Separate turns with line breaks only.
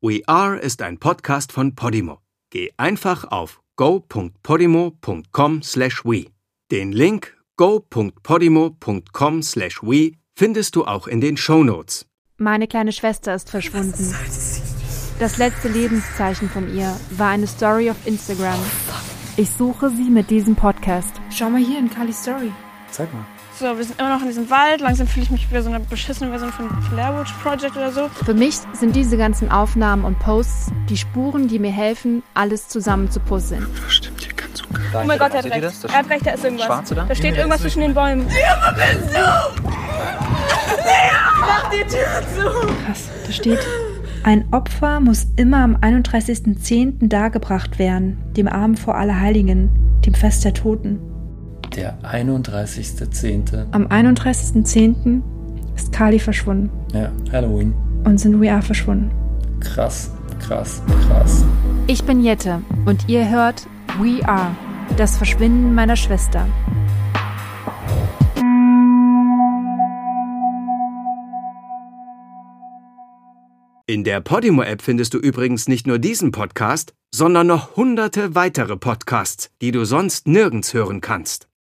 We Are ist ein Podcast von Podimo. Geh einfach auf go.podimo.com/we. Den Link go.podimo.com/we findest du auch in den Shownotes.
Meine kleine Schwester ist verschwunden. Das letzte Lebenszeichen von ihr war eine Story auf Instagram. Ich suche sie mit diesem Podcast.
Schau mal hier in Carly's Story.
Zeig mal.
So, wir sind immer noch in diesem Wald. Langsam fühle ich mich wie so eine beschissene Version von Flairwatch Project oder so. Oh
Für mich sind diese ganzen Aufnahmen und Posts die Spuren, die mir helfen, alles zusammen zu puzzeln.
Das stimmt hier ganz und gar.
Oh mein Gott, er hat
Seht ihr das?
recht.
Das
Er hat recht, da ist irgendwas.
Schwarze da?
Da steht irgendwas zwischen den Bäumen.
Krass, da steht, ein Opfer muss immer am 31.10. dargebracht werden, dem Abend vor Allerheiligen, dem Fest der Toten.
Der 31.10.
Am 31.10. ist Carly verschwunden
Ja, Halloween.
und sind We Are verschwunden.
Krass, krass, krass.
Ich bin Jette und ihr hört We Are, das Verschwinden meiner Schwester.
In der Podimo-App findest du übrigens nicht nur diesen Podcast, sondern noch hunderte weitere Podcasts, die du sonst nirgends hören kannst.